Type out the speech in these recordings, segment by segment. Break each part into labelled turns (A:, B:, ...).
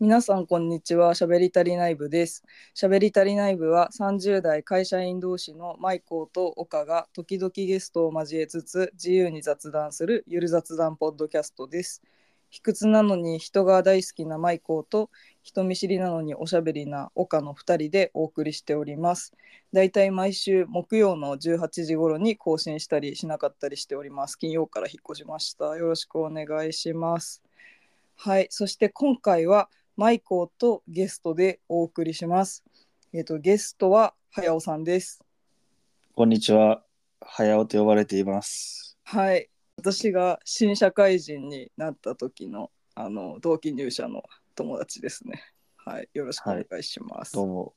A: 皆さんこんにちはしゃべりたり内部ですしゃべりたり内部は30代会社員同士のマイコーと岡が時々ゲストを交えつつ自由に雑談するゆる雑談ポッドキャストです卑屈なのに人が大好きなマイコーと人見知りなのにおしゃべりな岡の2人でお送りしておりますだいたい毎週木曜の18時頃に更新したりしなかったりしております金曜から引っ越しましたよろしくお願いしますはいそして今回はマイコーとゲストでお送りします。えっ、と、ゲストは早尾さんです。
B: こんにちは。早尾と呼ばれています。
A: はい。私が新社会人になった時の、あの、同期入社の友達ですね。はい。よろしくお願いします。
B: どうも。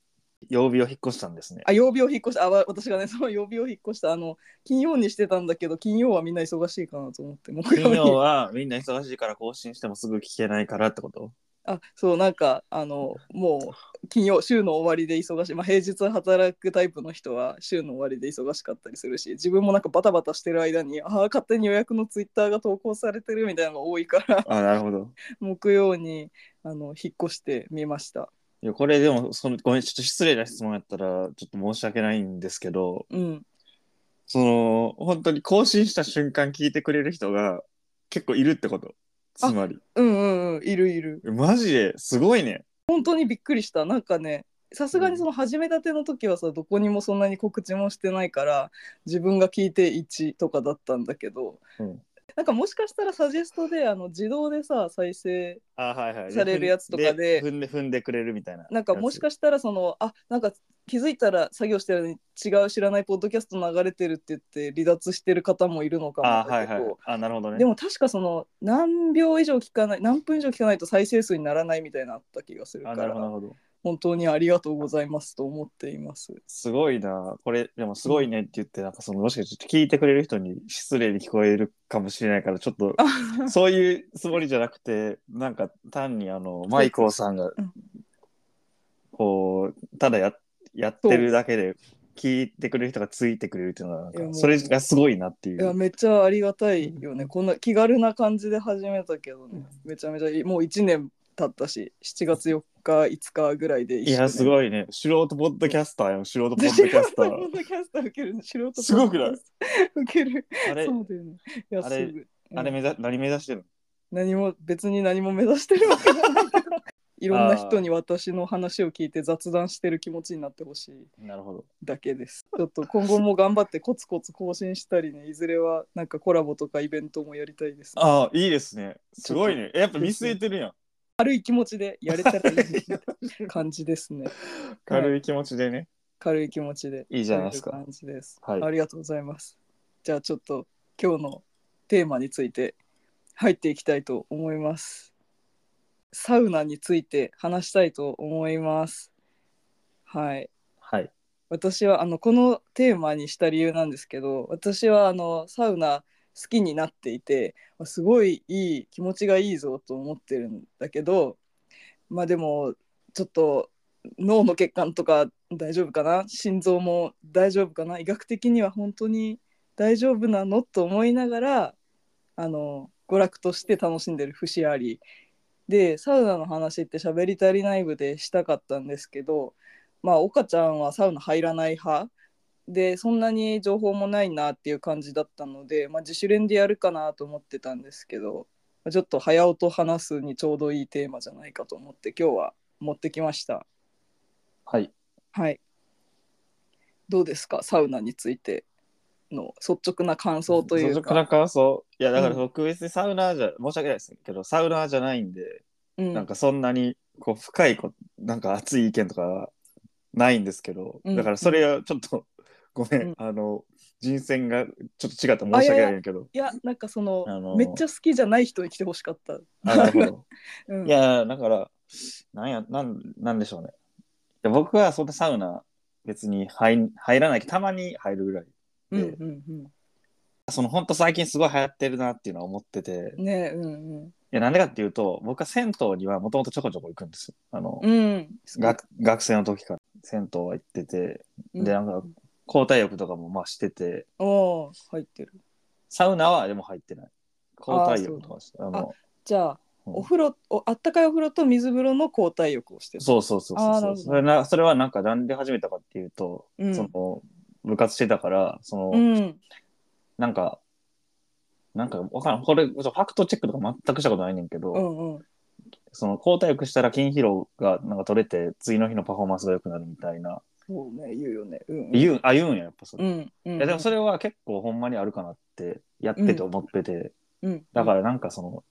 B: 曜日を引っ越したんですね。
A: あ、曜日を引っ越した、あ、わ私がね、その曜日を引っ越した、あの、金曜にしてたんだけど、金曜はみんな忙しいかなと思って、木曜
B: 金
A: に
B: 曜はみんな忙しいから更新してもすぐ聞けないからってこと
A: あそうなんかあのもう金曜週の終わりで忙しい、まあ、平日働くタイプの人は週の終わりで忙しかったりするし自分もなんかバタバタしてる間にああ勝手に予約のツイッターが投稿されてるみたいなのが多いから
B: あ、なるほど。
A: 木曜にあの引っ越してみました
B: いや、これでもその、ごめん、ちょっと失礼な質問やったら、ちょっと申し訳ないんですけど、
A: うん
B: その、本当に更新した瞬間聞いてくれる人が結構いるってこと。つまり。
A: うんうんうんいるいる
B: マジですごいね。
A: 本当にびっくりしたなんかねさすがにその始めたての時はさどこにもそんなに告知もしてないから自分が聞いて1とかだったんだけど、
B: うん
A: なんかもしかしたらサジェストであの自動でさ再生
B: あ、はいはい
A: されるやつとかで
B: 踏んで、踏んでくれるみたいな。
A: なんかもしかしたらそのあなんか気づいたら作業してるのに違う知らないポッドキャスト流れてるって言って離脱してる方もいるのかも
B: あ、は
A: だ
B: い
A: けど
B: はい。あ、なるほどね。
A: でも確かその何秒以上聞かない何分以上聞かないと再生数にならないみたいなのあった気がするか
B: あ、なるほど、な
A: ら
B: るほど。
A: 本当にありがとうございますと思っています。
B: すごいな。これ、でもすごいねって言って、なんかその、もしかして聞いてくれる人に失礼に聞こえるかもしれないから、ちょっと、
A: あ
B: そういうつもりじゃなくて、なんか単にあの、マイコーさんが
A: うん、
B: こう、ただややってるだけで、聞いてくれる人がついてくれるっていうのはなん
A: いやも
B: か、
A: う
B: それがすごいなってい
A: いや
B: う。
A: めっちゃありがたいよねこんな気軽な感じで始めたけどねめちゃめちゃいいもう1年経ったし7月4日5日ぐらいで
B: いや、す
A: い
B: ごいね。素人ポッドキャスターよ、素人ポッドキャスタ
A: ポッ
B: ー。
A: ドキャスター受けるの素人ポッドキャスター
B: すごくない
A: 受ける
B: あれ
A: そ、うだよねいや
B: あれ
A: すぐ
B: あれ目指、何目指してるの
A: 何も別に何も目指してるわけじゃ ないけどいろんな人に私の話を聞いて雑談してる気持ちになってほしい
B: なるほど。
A: だけですちょっと今後も頑張ってコツコツ更新したりねいずれはなんかコラボとかイベントもやりたいです、ね、
B: ああ、いいですね。すごいね。やっぱ見据えてるやん。
A: 軽い気持ちでやれたらいいなって感じです ね
B: 軽い気持ちでね。
A: 軽い気持ちで
B: いいじゃないですか
A: やれる感じです、
B: はい
A: ありがとうございますじゃあちょっと今日のテーマについて入っていきたいと思いますサウナについて話したいと思いますはい
B: はい。
A: 私はあのこのテーマにした理由なんですけど私はあのサウナ好きになっていてあすごいいい気持ちがいいぞと思ってるんだけどまあでもちょっと脳の血管とか大丈夫かな心臓も大丈夫かな医学的には本当に大丈夫なのと思いながらあの娯楽として楽しんでる節ありでサウナの話って喋り足りない部でしたかったんですけどまあ岡ちゃんはサウナ入らない派でそんなに情報もないなっていう感じだったので、まあ、自主練でやるかなと思ってたんですけどまあちょっと早尾と話すにちょうどいいテーマじゃないかと思って今日は持ってきました
B: はい。
A: はいどうですかサウナについての率直な感想という
B: 率
A: か
B: 直な感想。いや、だから
A: うん
B: 僕別にサウナーじゃ、申し訳ないですけど、サウナーじゃないんで、
A: うん、
B: なんかそんなに、こう、深いこ、なんか熱い意見とか、ないんですけど、
A: うん
B: だからそれがちょっと、 ごめん、
A: うん
B: あの、人選がちょっと違った申し訳ないんやけど。
A: いやなんかその、
B: あのー
A: めっちゃ好きじゃない人に来てほしかった、
B: あな るほど。
A: うん、
B: いや、だから、なんや、なん、なんでしょうね。いや僕はそんなサウナ、別に入ん入らないけど、たまに入るぐらい。
A: うんうん
B: その、ほんと最近すごい流行ってるなっていうのは思ってて、
A: うんねうんうん
B: いや、なんでかっていうと、僕は銭湯にはもともとちょこちょこ行くんですよ。あの、
A: うん
B: 学学生の時から銭湯は行ってて、で、なんか、交代浴とかもまあしてて、
A: おー入ってる
B: サウナはでも入ってない。交代浴とかして、あの、
A: じゃあ
B: うん
A: お風呂おあったかいお風呂と水風呂の交代浴をしてる
B: そうそうそう
A: あ
B: そ
A: ー
B: う
A: なるほど
B: そうそれなそれはなんかなんで始めたかっていうと、
A: うん
B: その部活してたからその、
A: うん
B: なんかなんかわからんこれファクトチェックとか全くしたことないねんけど、
A: うんうん
B: その交代浴したら筋疲労がなんか取れて次の日のパフォーマンスが良くなるみたいな、
A: そうね言うよねうん
B: 言うあ言うんややっぱそれ、
A: う
B: い
A: んうん
B: やでもそれは結構ほんまにあるかなってやってて思ってて、
A: うん
B: だからなんかその、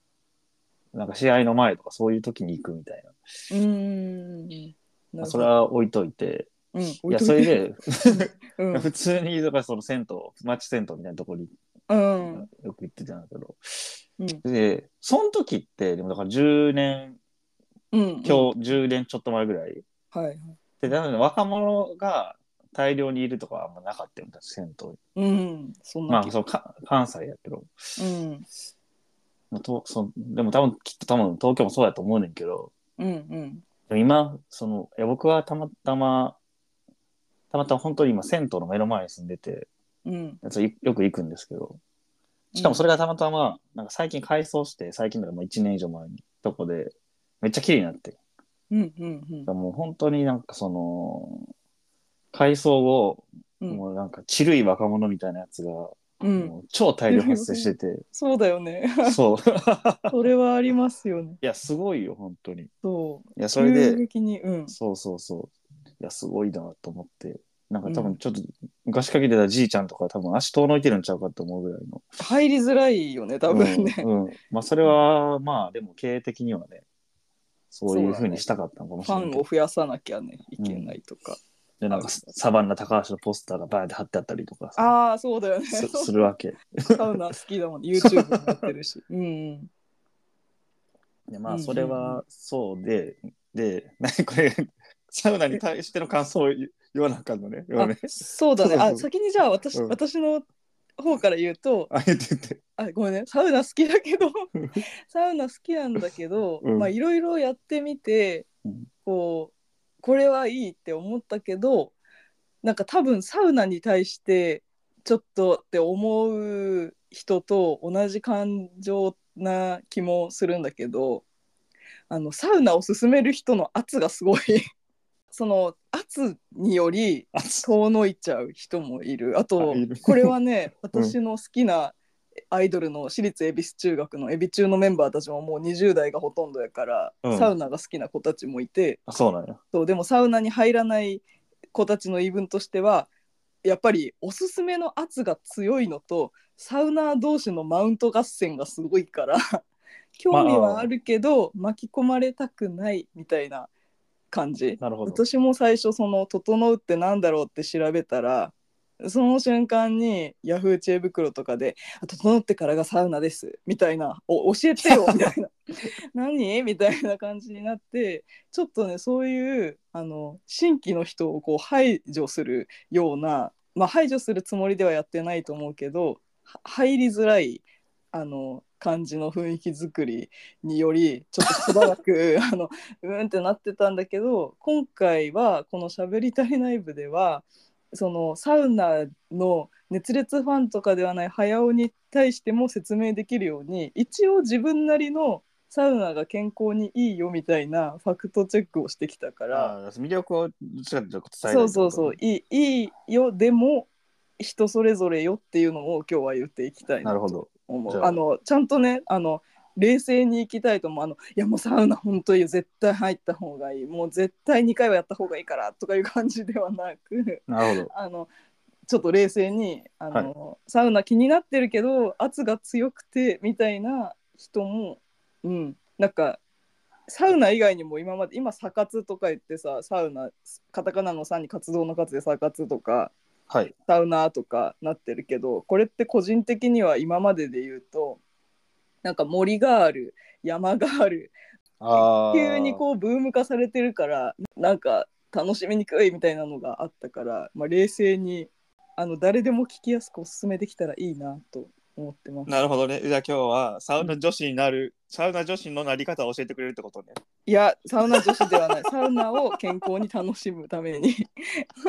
B: なんか試合の前とかそういう時に行くみたいな。
A: うんうんうん
B: ま
A: な
B: あ
A: るほど
B: それは置いといて。
A: うん
B: いや、それで、
A: うん
B: 普通に、だからその銭湯、町銭湯みたいなところに
A: うん
B: よく行ってたんだけど。
A: うん
B: で、その時って、でもだから10年、
A: うん
B: 今日10年ちょっと前ぐらい。
A: はいはい
B: で、なので若者が大量にいるとかはあんまなかったよ、私銭湯に。
A: うんそん
B: ま
A: な
B: あ、そのか関西やけど。
A: うん
B: まあとそのでも多分、きっと多分東京もそうやと思うねんけど。
A: うんうん
B: でも今、その、いや僕はたまたま、たまたま本当に今、銭湯の目の前に住んでて、
A: うん
B: そういよく行くんですけど、しかもそれがたまたま、なんか最近改装して、最近だからもう1年以上前に、とこで、めっちゃ綺麗になってる。
A: うんうん
B: だからもう本当になんかその、改装後、
A: うんうん
B: もうなんか、ちるい若者みたいなやつが、
A: うん
B: もう超大量発生し てて、
A: そうだよ ね
B: そう。
A: それはありますよね
B: いや、すごいよ、本当に。い
A: そう
B: や、それで
A: 急、激にうん
B: そうそうそう。いや、すごいなと思って。なんか多分ちょっと昔かけてたじいちゃんとか多分足遠のいてるんちゃうかと思うぐらいの。
A: 入りづらいよね多分ね、
B: うん。うんまあそれはまあでも経営的にはね、そういうふうにしたかったのかもし
A: フ
B: れ
A: ァ
B: ない
A: ン
B: けど。
A: を増やさなきゃねいけないとか、
B: で、なんかサバンナ高橋のポスターがバーンって貼ってあったりとかさ
A: ああそうだよね
B: す するわけ。
A: サウナ好きだもん YouTube もやってるしうん
B: で、ま
A: う
B: あ
A: んうん
B: それはそうで、で、なにこれ、サウナに対しての感想を言言わなあかんのね。言わ
A: あ
B: ね。
A: そうだね
B: そうそう
A: あ
B: そう
A: 先にじゃあ私,、
B: うん
A: 私の方から言うと
B: あえて言って。
A: あごめんねサウナ好きだ けどサウナ好きなんだけど、
B: うん
A: まあいろいろやってみて
B: うん
A: こうこれはいいって思ったけどなんか多分サウナに対してちょっとって思う人と同じ感情な気もするんだけどあのサウナを勧める人の圧がすごい その圧により
B: あそ
A: 遠のいちゃう人もいるあと
B: あいる
A: これはね
B: うん
A: 私の好きなアイドルの私立恵比寿中学の恵比中のメンバーたちももう20代がほとんどやから、
B: うん
A: サウナが好きな子たちもいて
B: うそうなんや。
A: そうでもサウナに入らない子たちの言い分としてはやっぱりおすすめの圧が強いのとサウナー同士のマウント合戦がすごいから興味はあるけど、巻き込まれたくないみたいな感じ。
B: なるほど。
A: 私も最初その「整う」ってなんだろうって調べたらその瞬間にヤフー知恵袋とかで「あ整ってからがサウナです」みたいな「お教えて よ」みたいな「何?」みたいな感じになってちょっとねそういうあの新規の人をこう排除するような、まあ、排除するつもりではやってないと思うけどは入りづらいあの感じの雰囲気作りによりちょっとしばらく あのうーんってなってたんだけど今回はこの「しゃべりたい内部」ではそのサウナの熱烈ファンとかではない早尾に対しても説明できるように一応自分なりのサウナが健康にいいよみたいなファクトチェックをしてきたから。
B: ああ魅力をどっちかというと伝え
A: そうそうそう
B: る
A: いいいいよでも人それぞれよっていうのを今日は言っていきたい
B: なる
A: な
B: ほ
A: と
B: ど。
A: 思
B: じ
A: う
B: ゃあ
A: あのちゃんとねあの冷静に行きたいと思うあのいやもうサウナ本当に絶対入った方がいいもう絶対2回はやった方がいいからとかいう感じではなく
B: なるほど。
A: あのちょっと冷静にあの、サウナ気になってるけど圧が強くてみたいな人も、うん、なんかサウナ以外にも今まで今「サ活」とか言ってさサウナカタカナの「サ」に活動の「活」で「サ活」とか
B: はい。
A: サウナーとかなってるけどこれって個人的には今までで言うとなんか森がある山がある
B: あー
A: 急にこうブーム化されてるからなんか楽しみにくいみたいなのがあったから、まあ、冷静にあの誰でも聞きやすくおすすめできたらいいなと思ってます。
B: なるほどね。じゃあ今日はサウナ女子になる、サウナ女子のなり方を教えてくれるってことね。
A: いやサウナ女子で はないサウナを健康に楽しむために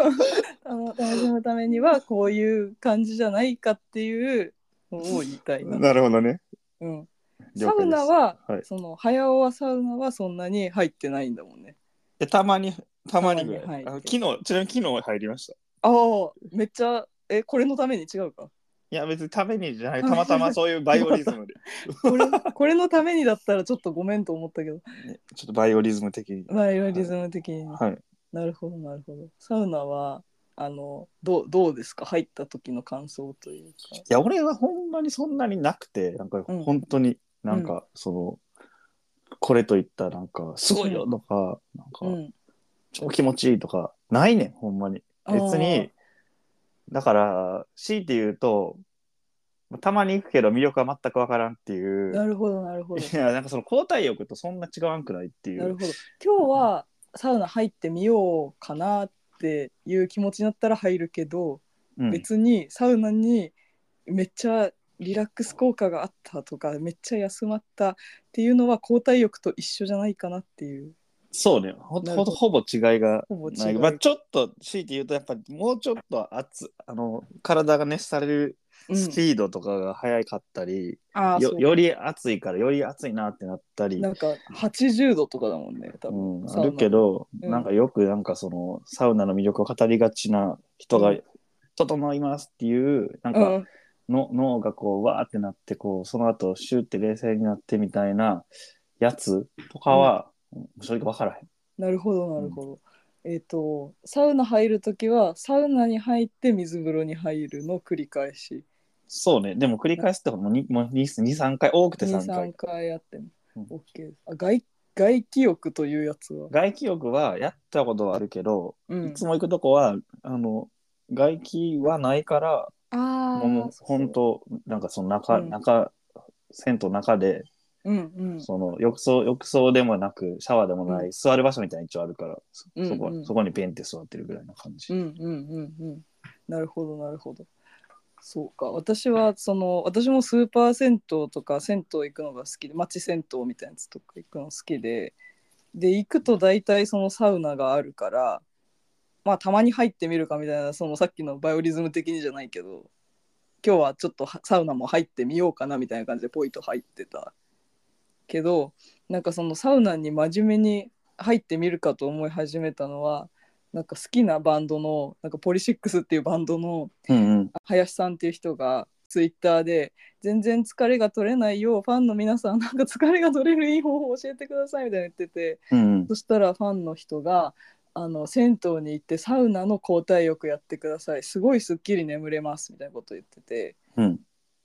A: あの楽しむためにはこういう感じじゃないかっていうのを言いたいな。
B: るほどね。
A: うん、サウナは、
B: はい
A: その早尾はサウナはそんなに入ってないんだもんね。
B: でたまに、たまにぐらい。
A: たまに入って
B: あの昨日、ちなみに昨日入りました。
A: ああめっちゃえこれのために違うか。
B: いや、別にため にじゃない。たまたまそういうバイオリズムで。
A: これ これのためにだったらちょっとごめんと思ったけど
B: ねちょっとバイオリズム的に。
A: バイオリズム的に、
B: はい。
A: なるほどなるほどサウナはあのどうどうですか入った時の感想というか
B: いや、俺はほんまにそんなになくて、なんか
A: うん
B: 本当になんか、その、これといったなんか、すごいよとか、なんか、
A: うん
B: 超気持ちいいとか、ないねん、ほんまに。別に、だから、強いて言うと、たまに行くけど魅力は全くわからんってい
A: あー
B: う。
A: なるほどなる ほど
B: いや、なんかその交代欲とそんな違わんくないってい
A: なる
B: う
A: ほ。ど今日はサウナ入ってみようかなっていう気持ちになったら入るけど、
B: うん
A: 別にサウナにめっちゃリラックス効果があったとかめっちゃ休まったっていうのは交代欲と一緒じゃないかなっていう
B: そうねほ
A: な
B: ほ
A: るほ
B: ほ
A: ど
B: ぼ違いが
A: ほぼ違い
B: ないまあ、ちょっと強いて言うとやっぱりもうちょっと熱あの体が熱される
A: うん
B: スピードとかが速かったり、
A: あー
B: よ
A: そう
B: より熱いからより熱いなってなったり、
A: なんか80度とかだもんね多分、
B: うん、
A: サウ
B: あ
A: ナ
B: るけど、
A: うん
B: なんかよくなんかそのサウナの魅力を語りがちな人
A: う
B: が
A: ん
B: 「整います」っていうなん
A: う
B: か
A: ん
B: の、脳がこうわーってなってこうその後シューって冷静になってみたいなやつとかは、正直分からへん。
A: なるほどなるほど、えっ、とサウナ入る時はサウナに入って水風呂に入るの繰り返し
B: そうね、でも繰り返すってこともにもう2、3回、多くて
A: 23
B: 3
A: 3
B: 回
A: 回。やっても、
B: うん
A: OK ですあ外外気浴というやつは、
B: 外気浴はやったことはあるけど、
A: うん
B: いつも行くとこは、あの、外気はないから、
A: ああ
B: もう本当、なんかその中、
A: うん
B: 中、銭湯の中で、
A: うんうん
B: その浴槽、浴槽でもなく、シャワーでもない、
A: う
B: 座る場所みたいなの一応あるから、そ
A: うんうん
B: そこはそこにペンって座ってるぐらいな感じ。
A: うんうんうんうんなるほどなるほどそうか私はその私もスーパー銭湯とか銭湯行くのが好きで町銭湯みたいなやつとか行くの好きでで行くと大体そのサウナがあるからまあたまに入ってみるかみたいなそのさっきのバイオリズム的にじゃないけど今日はちょっとはサウナも入ってみようかなみたいな感じでポイと入ってたけどなんかそのサウナに真面目に入ってみるかと思い始めたのはなんか好きなバンドのなんかポリシックスっていうバンドの
B: うんうん。
A: 林さんっていう人がツイッターで「全然疲れが取れないよファンの皆さんなんか疲れが取れるいい方法教えてください」みたいなの言ってて
B: うんうん
A: そしたらファンの人があの銭湯に行ってサウナの交代浴やってくださいすごいすっきり眠れますみたいなこと言ってて。
B: うん。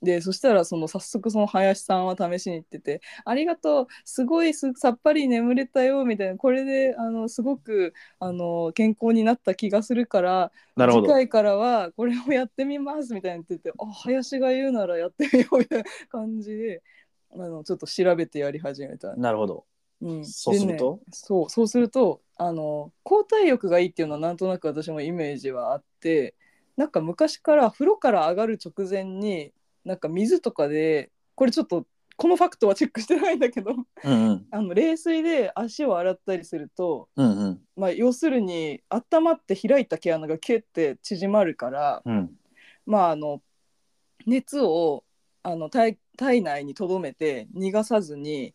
A: でそしたらその早速その林さんは試しに行ってて「ありがとうすごいすさっぱり眠れたよ」みたいなこれであのすごくあの健康になった気がするから
B: なるほ
A: 次
B: ど。
A: 回からはこれをやってみますみたいに言ってて「あ林が言うならやってみよう」みたいな感じであのちょっと調べてやり始めた。
B: なるほど。
A: うん、
B: そうすると
A: でね、そうそうするとあの交代力がいいっていうのはなんとなく私もイメージはあってなんか昔から風呂から上がる直前になんか水とかでこれちょっとこのファクトはチェックしてないんだけど
B: うんうん。
A: あの冷水で足を洗ったりすると、
B: うんうん。
A: まあ、要するに温まって開いた毛穴がキュッて縮まるから
B: うん。
A: まああの熱をあの体体内に留めて逃がさずに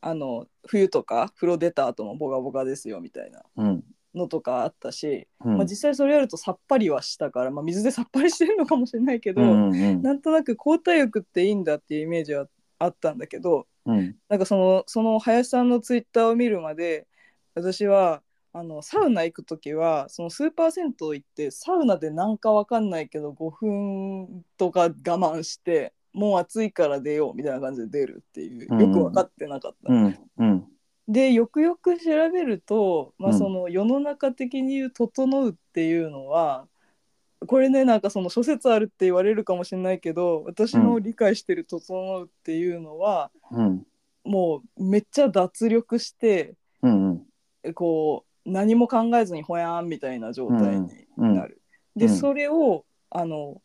A: あの冬とか風呂出た後もボカボカですよみたいな
B: うん。
A: のとかあったし、
B: うん。
A: まあ、実際それやるとさっぱりはしたから、まあ、水でさっぱりしてるのかもしれないけど、
B: うんうん
A: なんとなく抗体浴っていいんだっていうイメージはあったんだけど
B: うん。うん。
A: なんかそのその林さんのツイッターを見るまで私はあのサウナ行く時はそのスーパー銭湯行ってサウナでなんかわかんないけど5分とか我慢してもう暑いから出ようみたいな感じで出るっていう
B: うん
A: よく分かってなかった。
B: うん。うん。
A: でよくよく調べると、まあ、
B: うん
A: その世の中的に言う「整う」っていうのは、これねなんかその諸説あるって言われるかもしれないけど私の理解してる「整う」っていうのは、
B: うん。
A: もうめっちゃ脱力して
B: うんうん。
A: こう何も考えずにほやーんみたいな状態になる。
B: うん
A: で
B: うん
A: それをあの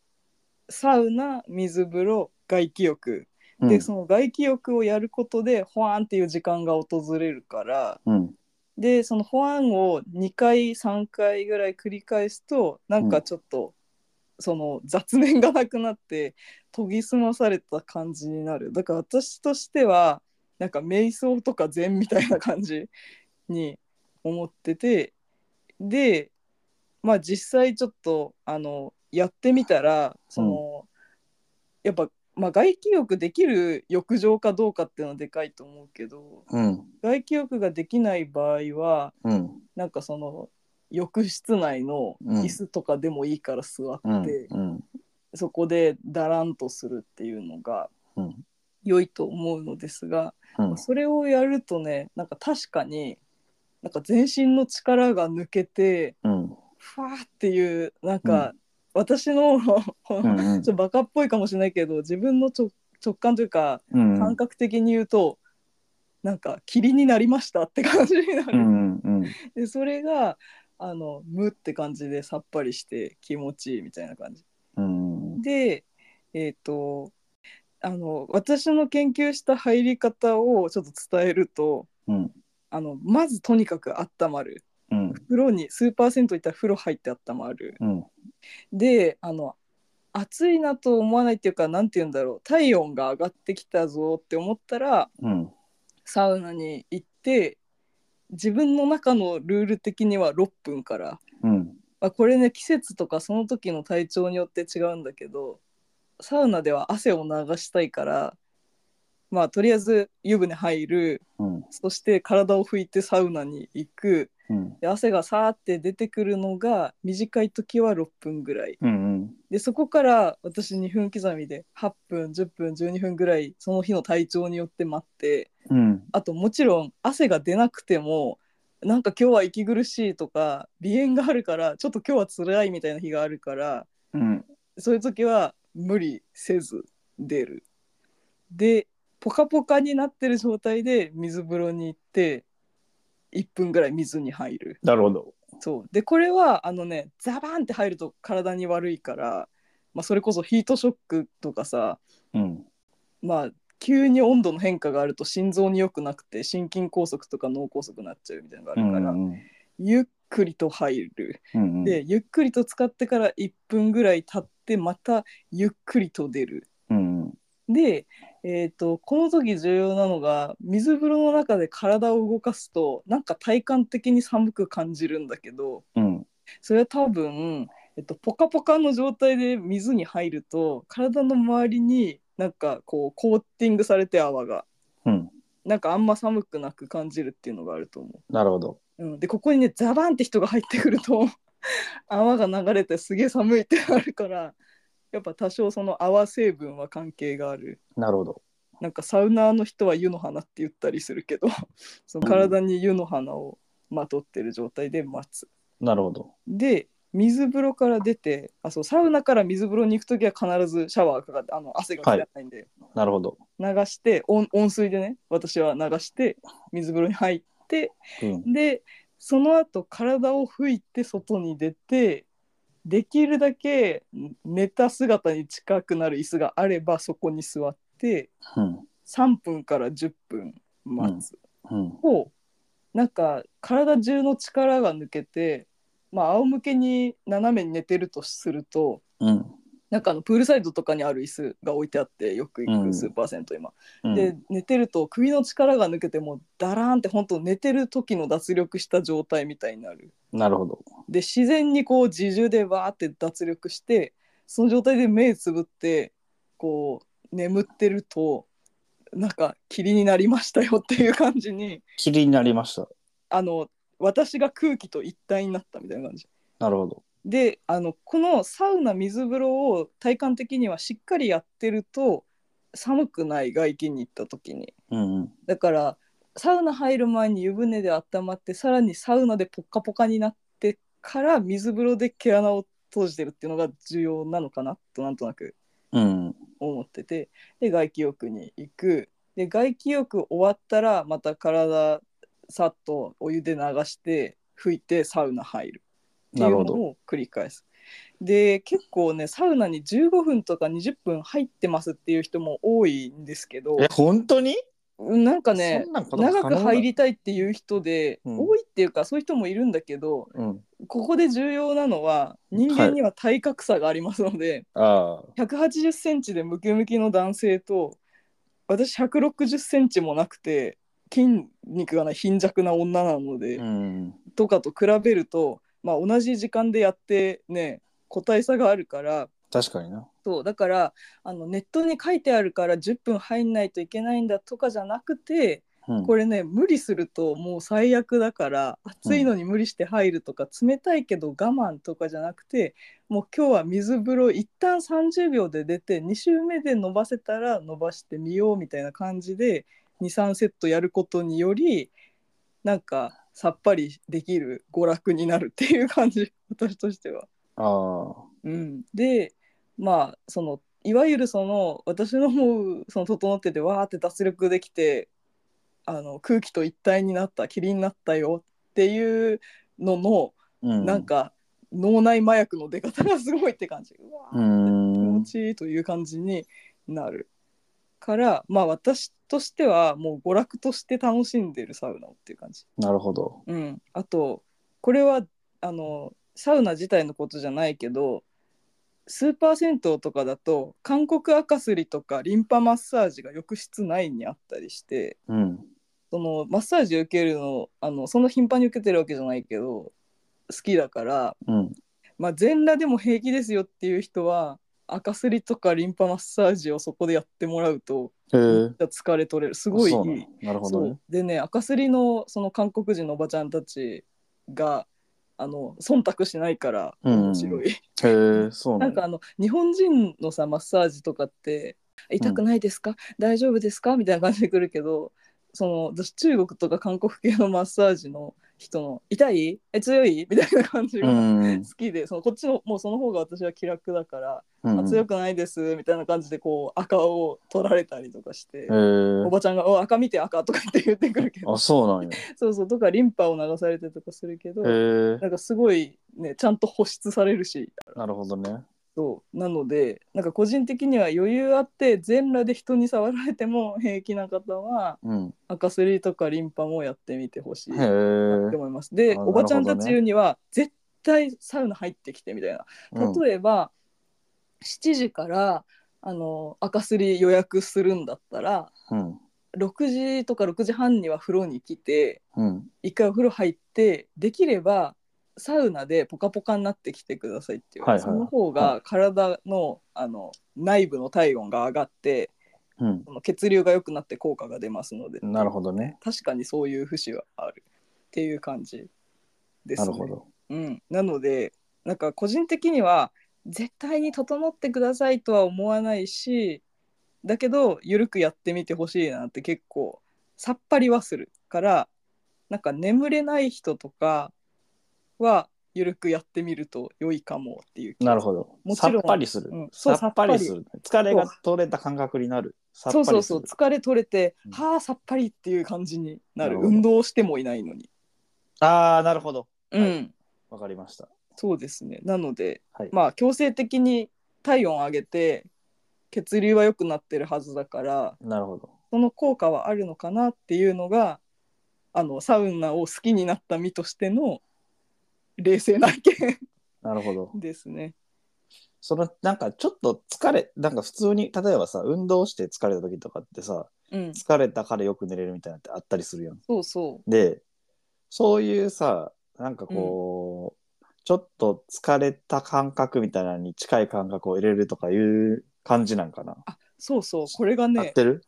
A: サウナ水風呂外気浴
B: うん
A: でその外気浴をやることでほわーんっていう時間が訪れるから
B: うん。
A: でそのほわーんを2回3回ぐらい繰り返すとなんかちょっとその雑念がなくなって研ぎ澄まされた感じになるだから私としてはなんか瞑想とか禅みたいな感じに思っててでまあ実際ちょっとあのやってみたらその、やっぱ、まあ、外気浴できる浴場かどうかっていうのはでかいと思うけど
B: うん。
A: 外気浴ができない場合は
B: うん。
A: なんかその浴室内の椅子とかでもいいから座って、
B: うん。うん。
A: そこでだらんとするっていうのが
B: うん。
A: 良いと思うのですが、
B: うん。
A: それをやるとねなんか確かになんか全身の力が抜けて
B: うん。
A: ふわーっていうなんか、私のこの
B: うん。うん
A: ちょっとバカっぽいかもしれないけど自分の直直感というか
B: うん。
A: 感覚的に言うと、なんか霧になりましたって感じにな
B: う
A: る、
B: ん。うん。
A: でそれがあの無って感じでさっぱりして気持ちいいみたいな感じ
B: うん。
A: でえっ、とあの私の研究した入り方をちょっと伝えると
B: うん。
A: あのまずとにかく温まる
B: うん。
A: 風呂にスーパー銭湯行ったら風呂入って温まる
B: うん。
A: であの暑いなと思わないっていうか何て言うんだろう体温が上がってきたぞって思ったら
B: うん。
A: サウナに行って自分の中のルール的には6分から、
B: うん。
A: まあ、これね季節とかその時の体調によって違うんだけどサウナでは汗を流したいからまあとりあえず湯船入る
B: うん。
A: そして体を拭いてサウナに行く
B: うん。
A: で汗がさーって出てくるのが短い時は6分ぐらい。
B: うん。
A: でそこから私2分刻みで8分10分12分ぐらいその日の体調によって待って
B: うん。
A: あともちろん汗が出なくてもなんか今日は息苦しいとか鼻炎があるからちょっと今日は辛いみたいな日があるから
B: うん。
A: そういう時は無理せず出る。でポカポカになってる状態で水風呂に行って1分ぐらい水に入る。
B: なるほど。
A: そうでこれはあのねザバーンって入ると体に悪いから、まあ、それこそヒートショックとかさ、
B: うん。
A: まあ、急に温度の変化があると心臓に良くなくて心筋梗塞とか脳梗塞になっちゃうみたいなの
B: う
A: があるから、
B: ん。
A: ゆっくりと入る
B: うん。
A: でゆっくりと使ってから1分ぐらい経ってまたゆっくりと出る
B: うん。
A: で、えー、とこの時重要なのが水風呂の中で体を動かすとなんか体感的に寒く感じるんだけど、
B: うん。
A: それは多分、えっと、ポカポカの状態で水に入ると体の周りになんかこうコーティングされて泡が
B: うん。
A: なんかあんま寒くなく感じるっていうのがあると思
B: なるほど。
A: う、うん、でここにねザバンって人が入ってくると 泡が流れてすげえ寒いってなるからやっぱ多少その泡成分は関係がある
B: なるほど。
A: なんかサウナーの人は湯の花って言ったりするけど その体に湯の花をまとってる状態で待つ
B: なるほど。
A: で水風呂から出てあそうサウナから水風呂に行く時は必ずシャワーかかってあの汗が切らないんで、
B: なるほど。
A: 流して温温水でね私は流して水風呂に入って
B: うん。
A: でその後体を拭いて外に出てできるだけ寝た姿に近くなる椅子があればそこに座って
B: うん。
A: 3分から10分待つ。
B: うん。
A: こうなんか体中の力が抜けて、まあ仰向けに斜めに寝てるとすると
B: うん。
A: なんかあのプールサイドとかにある椅子が置いてあってよく行
B: う
A: く
B: ん
A: スーパー銭湯今、
B: うん。
A: で寝てると首の力が抜けてもうダラーンって本当寝てる時の脱力した状態みたいになる
B: なるほど。
A: で自然にこう自重でわーって脱力してその状態で目つぶってこう眠ってるとなんか霧になりましたよっていう感じに
B: 霧になりました。
A: あの私が空気と一体になったみたいな感じ
B: なるほど。
A: であのこのサウナ水風呂を体感的にはしっかりやってると寒くない外気に行った時に
B: うん。うん。
A: だからサウナ入る前に湯船で温まってさらにサウナでポッカポカになってから水風呂で毛穴を閉じてるっていうのが重要なのかなとなんとなく
B: うん。
A: 思っててで外気浴に行くで外気浴終わったらまた体さっとお湯で流して拭いてサウナ入るってい
B: な
A: う
B: る
A: の
B: ほど。
A: を繰り返す。で結構ねサウナに15分とか20分入ってますっていう人も多いんですけど
B: え、本当に
A: なんかね
B: そんなんことが
A: 長
B: 可能
A: く
B: なの
A: 入りたいっていう人で、
B: うん
A: 多いっていうかそういう人もいるんだけど
B: うん。
A: ここで重要なのは人間には体格差がありますので、
B: あ
A: 180センチでムキムキの男性と私160センチもなくて筋肉がない貧弱な女なので、
B: あ。うん。
A: とかと比べると、まあ、同じ時間でやってね個体差があるから
B: 確かにな。
A: そうだからあのネットに書いてあるから10分入んないといけないんだとかじゃなくて
B: うん、
A: これね無理するともう最悪だから暑いのに無理して入るとか冷たいけど我慢とかじゃなくてもう今日は水風呂一旦30秒で出て2周目で伸ばせたら伸ばしてみようみたいな感じで23セットやることによりなんかさっぱりできる娯楽になるっていう感じ私としては。
B: ああ。
A: うん、でまあそのいわゆるその私の思うその整っててわーって脱力できてあの空気と一体になった霧になったよっていうのの、
B: うん。
A: なん。か脳内麻薬の出方がすごいって感じうわ
B: う
A: ー気持
B: ん。
A: ちいいという感じになるからまあ私としてはもう娯楽として楽しんでるサウナをっていう感じ。
B: なるほど。
A: うん、あとこれはあのサウナ自体のことじゃないけどスーパー銭湯とかだと韓国赤すりとかリンパマッサージが浴室内にあったりして
B: うん。
A: そのマッサージ受けるのあのそんな頻繁に受けてるわけじゃないけど好きだから、
B: うん。
A: まあ、全裸でも平気ですよっていう人は赤すりとかリンパマッサージをそこでやってもらうと
B: へえ。
A: めっちゃ疲れ取れるすごいい
B: そうないのなるほ
A: そ
B: ど
A: う
B: ね。
A: でね赤すりのその韓国人のおばちゃんたちがあの忖度しないから
B: うん
A: 面白い、
B: へえ、そうな
A: なんん
B: だ
A: かあの日本人のさマッサージとかって「痛くないですか、大丈夫ですか?」みたいな感じで来るけどその私中国とか韓国系のマッサージの人の「痛いえ強い?」みたいな感じ
B: う
A: が
B: ん。
A: 好きで、そのこっちのもうその方が私は気楽だから「
B: うん
A: あ強くないです」みたいな感じでこう赤を取られたりとかして。
B: へ
A: お
B: え。
A: ばちゃんがお「赤見て赤」とか言って言ってくるけど
B: あ、そうなんや。
A: そうそうとかリンパを流されてとかするけど、
B: へえ。
A: なんかすごいねちゃんと保湿されるし
B: なるほどね。
A: そうなのでなんか個人的には余裕あって全裸で人に触られても平気な方は
B: うん。
A: 赤すりとかリンパもやってみてほしい
B: へ
A: なって
B: え。
A: 思います。で、
B: あ
A: おばちゃんた
B: なるほど
A: ち
B: ね
A: 言うには、絶対サウナ入ってきてみたいな
B: うん
A: 例えば、7時からあの赤すり予約するんだったら
B: うん。
A: 6時とか6時半には風呂に来て
B: うん。
A: 一回お風呂入ってできればサウナでポカポカになってきてくださいっていう、
B: はいはい
A: その方が体の,、あの内部の体温が上がって
B: うん。
A: その血流が良くなって効果が出ますので
B: なるほどね。
A: 確かにそういう節はあるっていう感じです
B: な
A: ね。
B: るほど。
A: うん、なのでなんか個人的には絶対に整ってくださいとは思わないしだけど緩くやってみてほしいなって結構さっぱりはするからなんか眠れない人とかは緩くやってみると良いかもっていう気が
B: なるほど
A: も。ち
B: さ
A: ろ
B: っ
A: ん
B: ぱりする
A: うん。そ
B: さ
A: う
B: っぱりする。疲れが取れた感覚になる。さっぱ
A: そう
B: りす
A: そ
B: る。
A: うそう疲れ取れて、
B: うん
A: はあさっぱりっていう感じになる
B: なるほど
A: 運動してもいないのに、
B: ああ、なるほど。
A: う
B: はい
A: ん
B: わかりました。
A: そうですねなので
B: はい。
A: まあ強制的に体温を上げて血流は良くなってるはずだから
B: なるほど。
A: その効果はあるのかなっていうのがあのサウナを好きになった身としての冷静な意見
B: なるほど。
A: ですね。
B: そのなんかちょっと疲れなんか普通に例えばさ運動して疲れた時とかってさ
A: うん、
B: 疲れたからよく寝れるみたいなのってあったりするやん。
A: そうそ
B: でそういうさなんかこう、ちょっと疲れた感覚みたいなのに近い感覚を入れるとかいう感じなんかな。
A: うそうそうこれが
B: 合っ
A: ね
B: てる、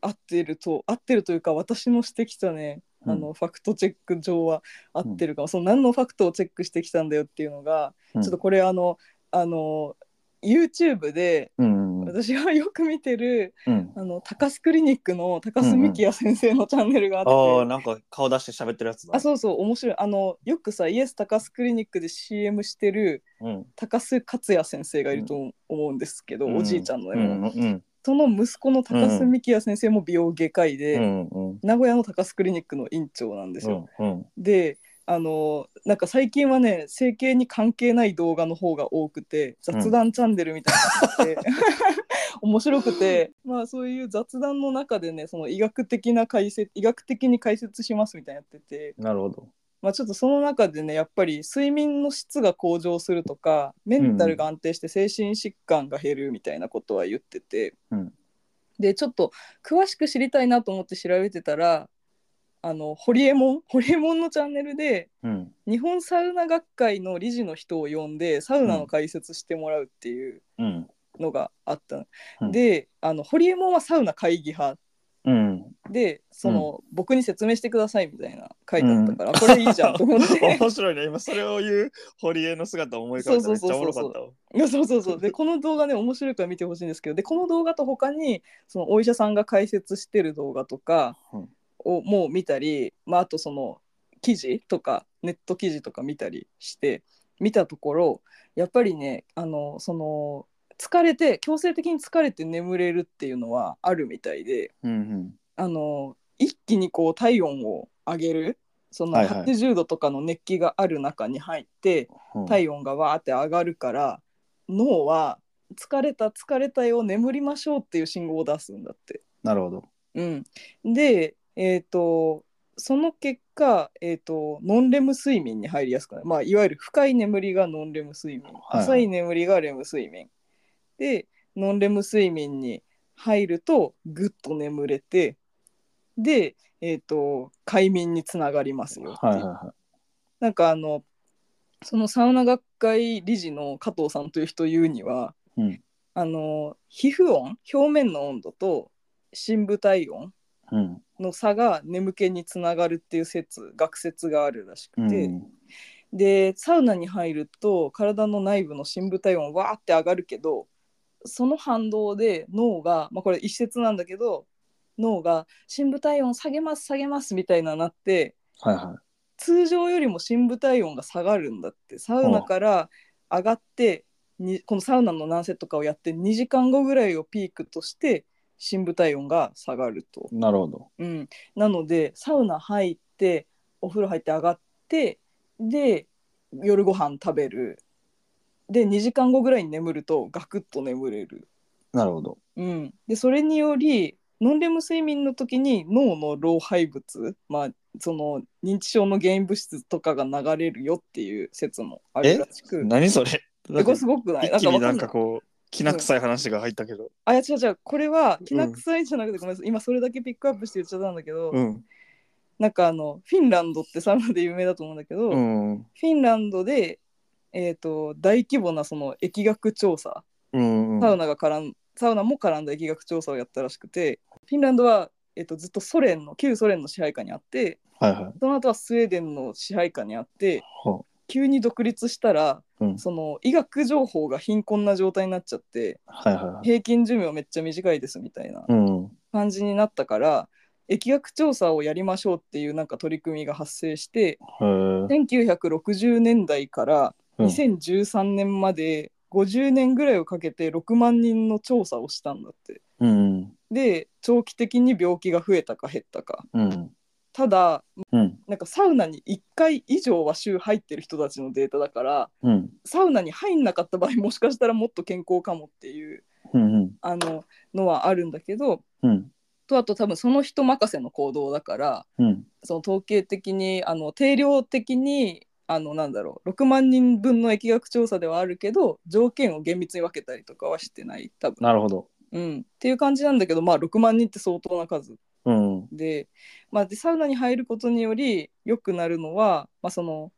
A: 合ってると合ってるというか私のしてきたね、
B: うん
A: あのファクトチェック上は合ってるかも、その何のファクトをチェックしてきたんだよっていうのが、
B: うん
A: ちょっとこれあのあの YouTube で
B: うんうんうん
A: 私がよく見てる
B: うん
A: あの高須クリニックの高須幹也先生のチャンネルがあって、
B: ああなんか顔出して喋ってるやつだ。
A: あそうそう面白いあのよくさイエス高須クリニックで CM してる
B: うん
A: 高須克也先生がいると思うんですけど、
B: うん
A: おじいちゃんの、
B: うんうん
A: その息子の高須幹也先生も美容外科医で、
B: うんうん
A: 名古屋の高須クリニックの院長なんです
B: う
A: よ。
B: んうん
A: であのなんか最近はね整形に関係ない動画の方が多くて雑談チャンネルみたいなのがあって、面白くてまあそういう雑談の中でねその医学的な解説医学的に解説しますみたいなのやってて、
B: なるほど。
A: まあ、ちょっとその中でねやっぱり睡眠の質が向上するとかメンタルが安定して精神疾患が減るみたいなことは言ってて、
B: うん
A: でちょっと詳しく知りたいなと思って調べてたらあのホリエモンホリエモンのチャンネルで
B: うん。
A: 日本サウナ学会の理事の人を呼んでサウナの解説してもらうっていう
B: うん。
A: のがあったの、
B: うん
A: であのホリエモンはサウナ会議派
B: うん。
A: でその、僕に説明してくださいみたいな書いてあったから、これいいじゃんと思って
B: 面白いね。今それを言う堀江の姿を思い浮かべためっちゃおもろかったわ。
A: いやそうそうそうでこの動画ね面白いから見てほしいんですけどでこの動画と他にそのお医者さんが解説してる動画とか
B: うん
A: をもう見たり、まあ、あとその記事とかネット記事とか見たりして見たところやっぱりねあのその疲れて強制的に疲れて眠れるっていうのはあるみたいで
B: うん
A: あの一気にこう体温を上げるその
B: はいはい
A: 80度とかの熱気がある中に入って、
B: うん。
A: 体温がわーって上がるから脳は疲れた疲れたよ眠りましょうっていう信号を出すんだって。
B: なるほど。
A: うん、で、えー、とその結果、えー、とノンレム睡眠に入りやすくなる、まあ、いわゆる深い眠りがノンレム睡眠
B: いはい
A: 浅い眠りがレム睡眠でノンレム睡眠に入るとぐっと眠れてで、えー、と快眠につながりますよっていう
B: はいはいは
A: なんかあのそのサウナ学会理事の加藤さんという人を言うには、
B: うん
A: あの皮膚温表面の温度と深部体温
B: い。うん。
A: の差が眠気につながるっていう説学説があるらし
B: う
A: くて、
B: ん。
A: でサウナに入ると体の内部の深部体温わーって上がるけどその反動で脳が、まあ、これ一説なんだけど脳が深部体温下げます下げますみたいななって
B: はいは
A: 通常よりも深部体温が下がるんだってサウナから上がってにこのサウナの何セットかをやって2時間後ぐらいをピークとして深部体温が下がると、
B: い。なるほど。
A: うん、なのでサウナ入ってお風呂入って上がってで夜ご飯食べるで2時間後ぐらいに眠るとガクッと眠れる、
B: なるほど。
A: うん、でそれによりノンレム睡眠の時に脳の老廃物、まあ、その認知症の原因物質とかが流れるよっていう説もあるらしく
B: 何それ
A: えこれすごくない
B: 一気にな
A: わ
B: ん
A: かんな
B: か
A: い
B: こう、きな臭い話が入ったけど。
A: あいや違う違うこれはきな臭いじゃなくて、ごめんなさい今それだけピックアップして言っちゃったんだけど、
B: うん。
A: なんかあのフィンランドってサウナで有名だと思うんだけど、
B: う
A: フ
B: ん。
A: ィンランドで、えー、と大規模なその疫学調査
B: うん。
A: サウナが絡んサウナも絡んだ疫学調査をやったらしくてフィンランドは、えっとずっとソ連の旧ソ連の支配下にあって
B: はいはい。
A: その後はスウェーデンの支配下にあって
B: ほ
A: 急に独立したら
B: う。うん。
A: その医学情報が貧困な状態になっちゃって
B: はいはいはい。
A: 平均寿命めっちゃ短いですみたいな
B: うん。
A: 感じになったから疫学調査をやりましょうっていうなんか取り組みが発生して
B: へえ。
A: 1960年代から
B: うん
A: 2013年まで50年ぐらいをかけて6万人の調査をしたんだって。
B: うん。
A: で長期的に病気が増えたか減ったか
B: うん。
A: ただ
B: うん。
A: なんかサウナに1回以上は週入ってる人たちのデータだから
B: うん。
A: サウナに入んなかった場合もしかしたらもっと健康かもっていう
B: うん。
A: あののはあるんだけど
B: うん。
A: とあと多分その人任せの行動だから
B: うん。
A: その統計的にあの定量的にあのなんだろう6万人分の疫学調査ではあるけど条件を厳密に分けたりとかはしてない多分、
B: なるほど。
A: うん。っていう感じなんだけどまあ6万人って相当な数
B: うん。
A: で,、まあ、でサウナに入ることにより良くなるのは、まあ、その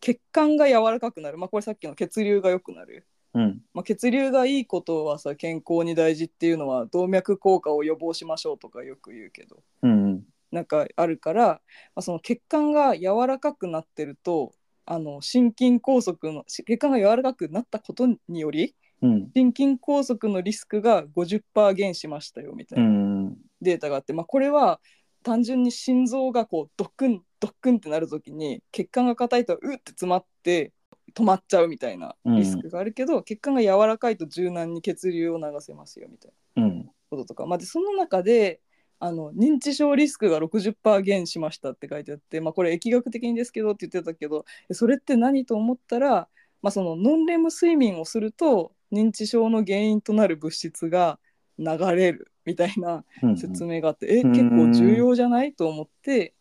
A: 血管が柔らかくなる、まあ、これさっきの血流が良くなる、
B: うん。
A: まあ、血流がいいことはさ健康に大事っていうのは動脈硬化を予防しましょうとかよく言うけど
B: うん。
A: なんかあるから、まあ、その血管が柔らかくなってるとあの心筋梗塞のし血管が柔らかくなったことにより
B: うん。
A: 心筋梗塞のリスクが50%減しましたよみたいな
B: う。ん。
A: データがあって、まあ、これは単純に心臓がこうドックンドックンってなる時に血管が硬いとうって詰まって止まっちゃうみたいなリスクがあるけど、血管が柔らかいと柔軟に血流を流せますよみたいな
B: うん。
A: こととか、まあ、でその中であの認知症リスクが60%減しましたって書いてあって、まあ、これ疫学的にですけどって言ってたけどえそれって何と思ったら、まあ、そのノンレム睡眠をすると認知症の原因となる物質が流れるみたいな
B: うん。
A: 説明があって、え
B: うん
A: 結構重要じゃないと思って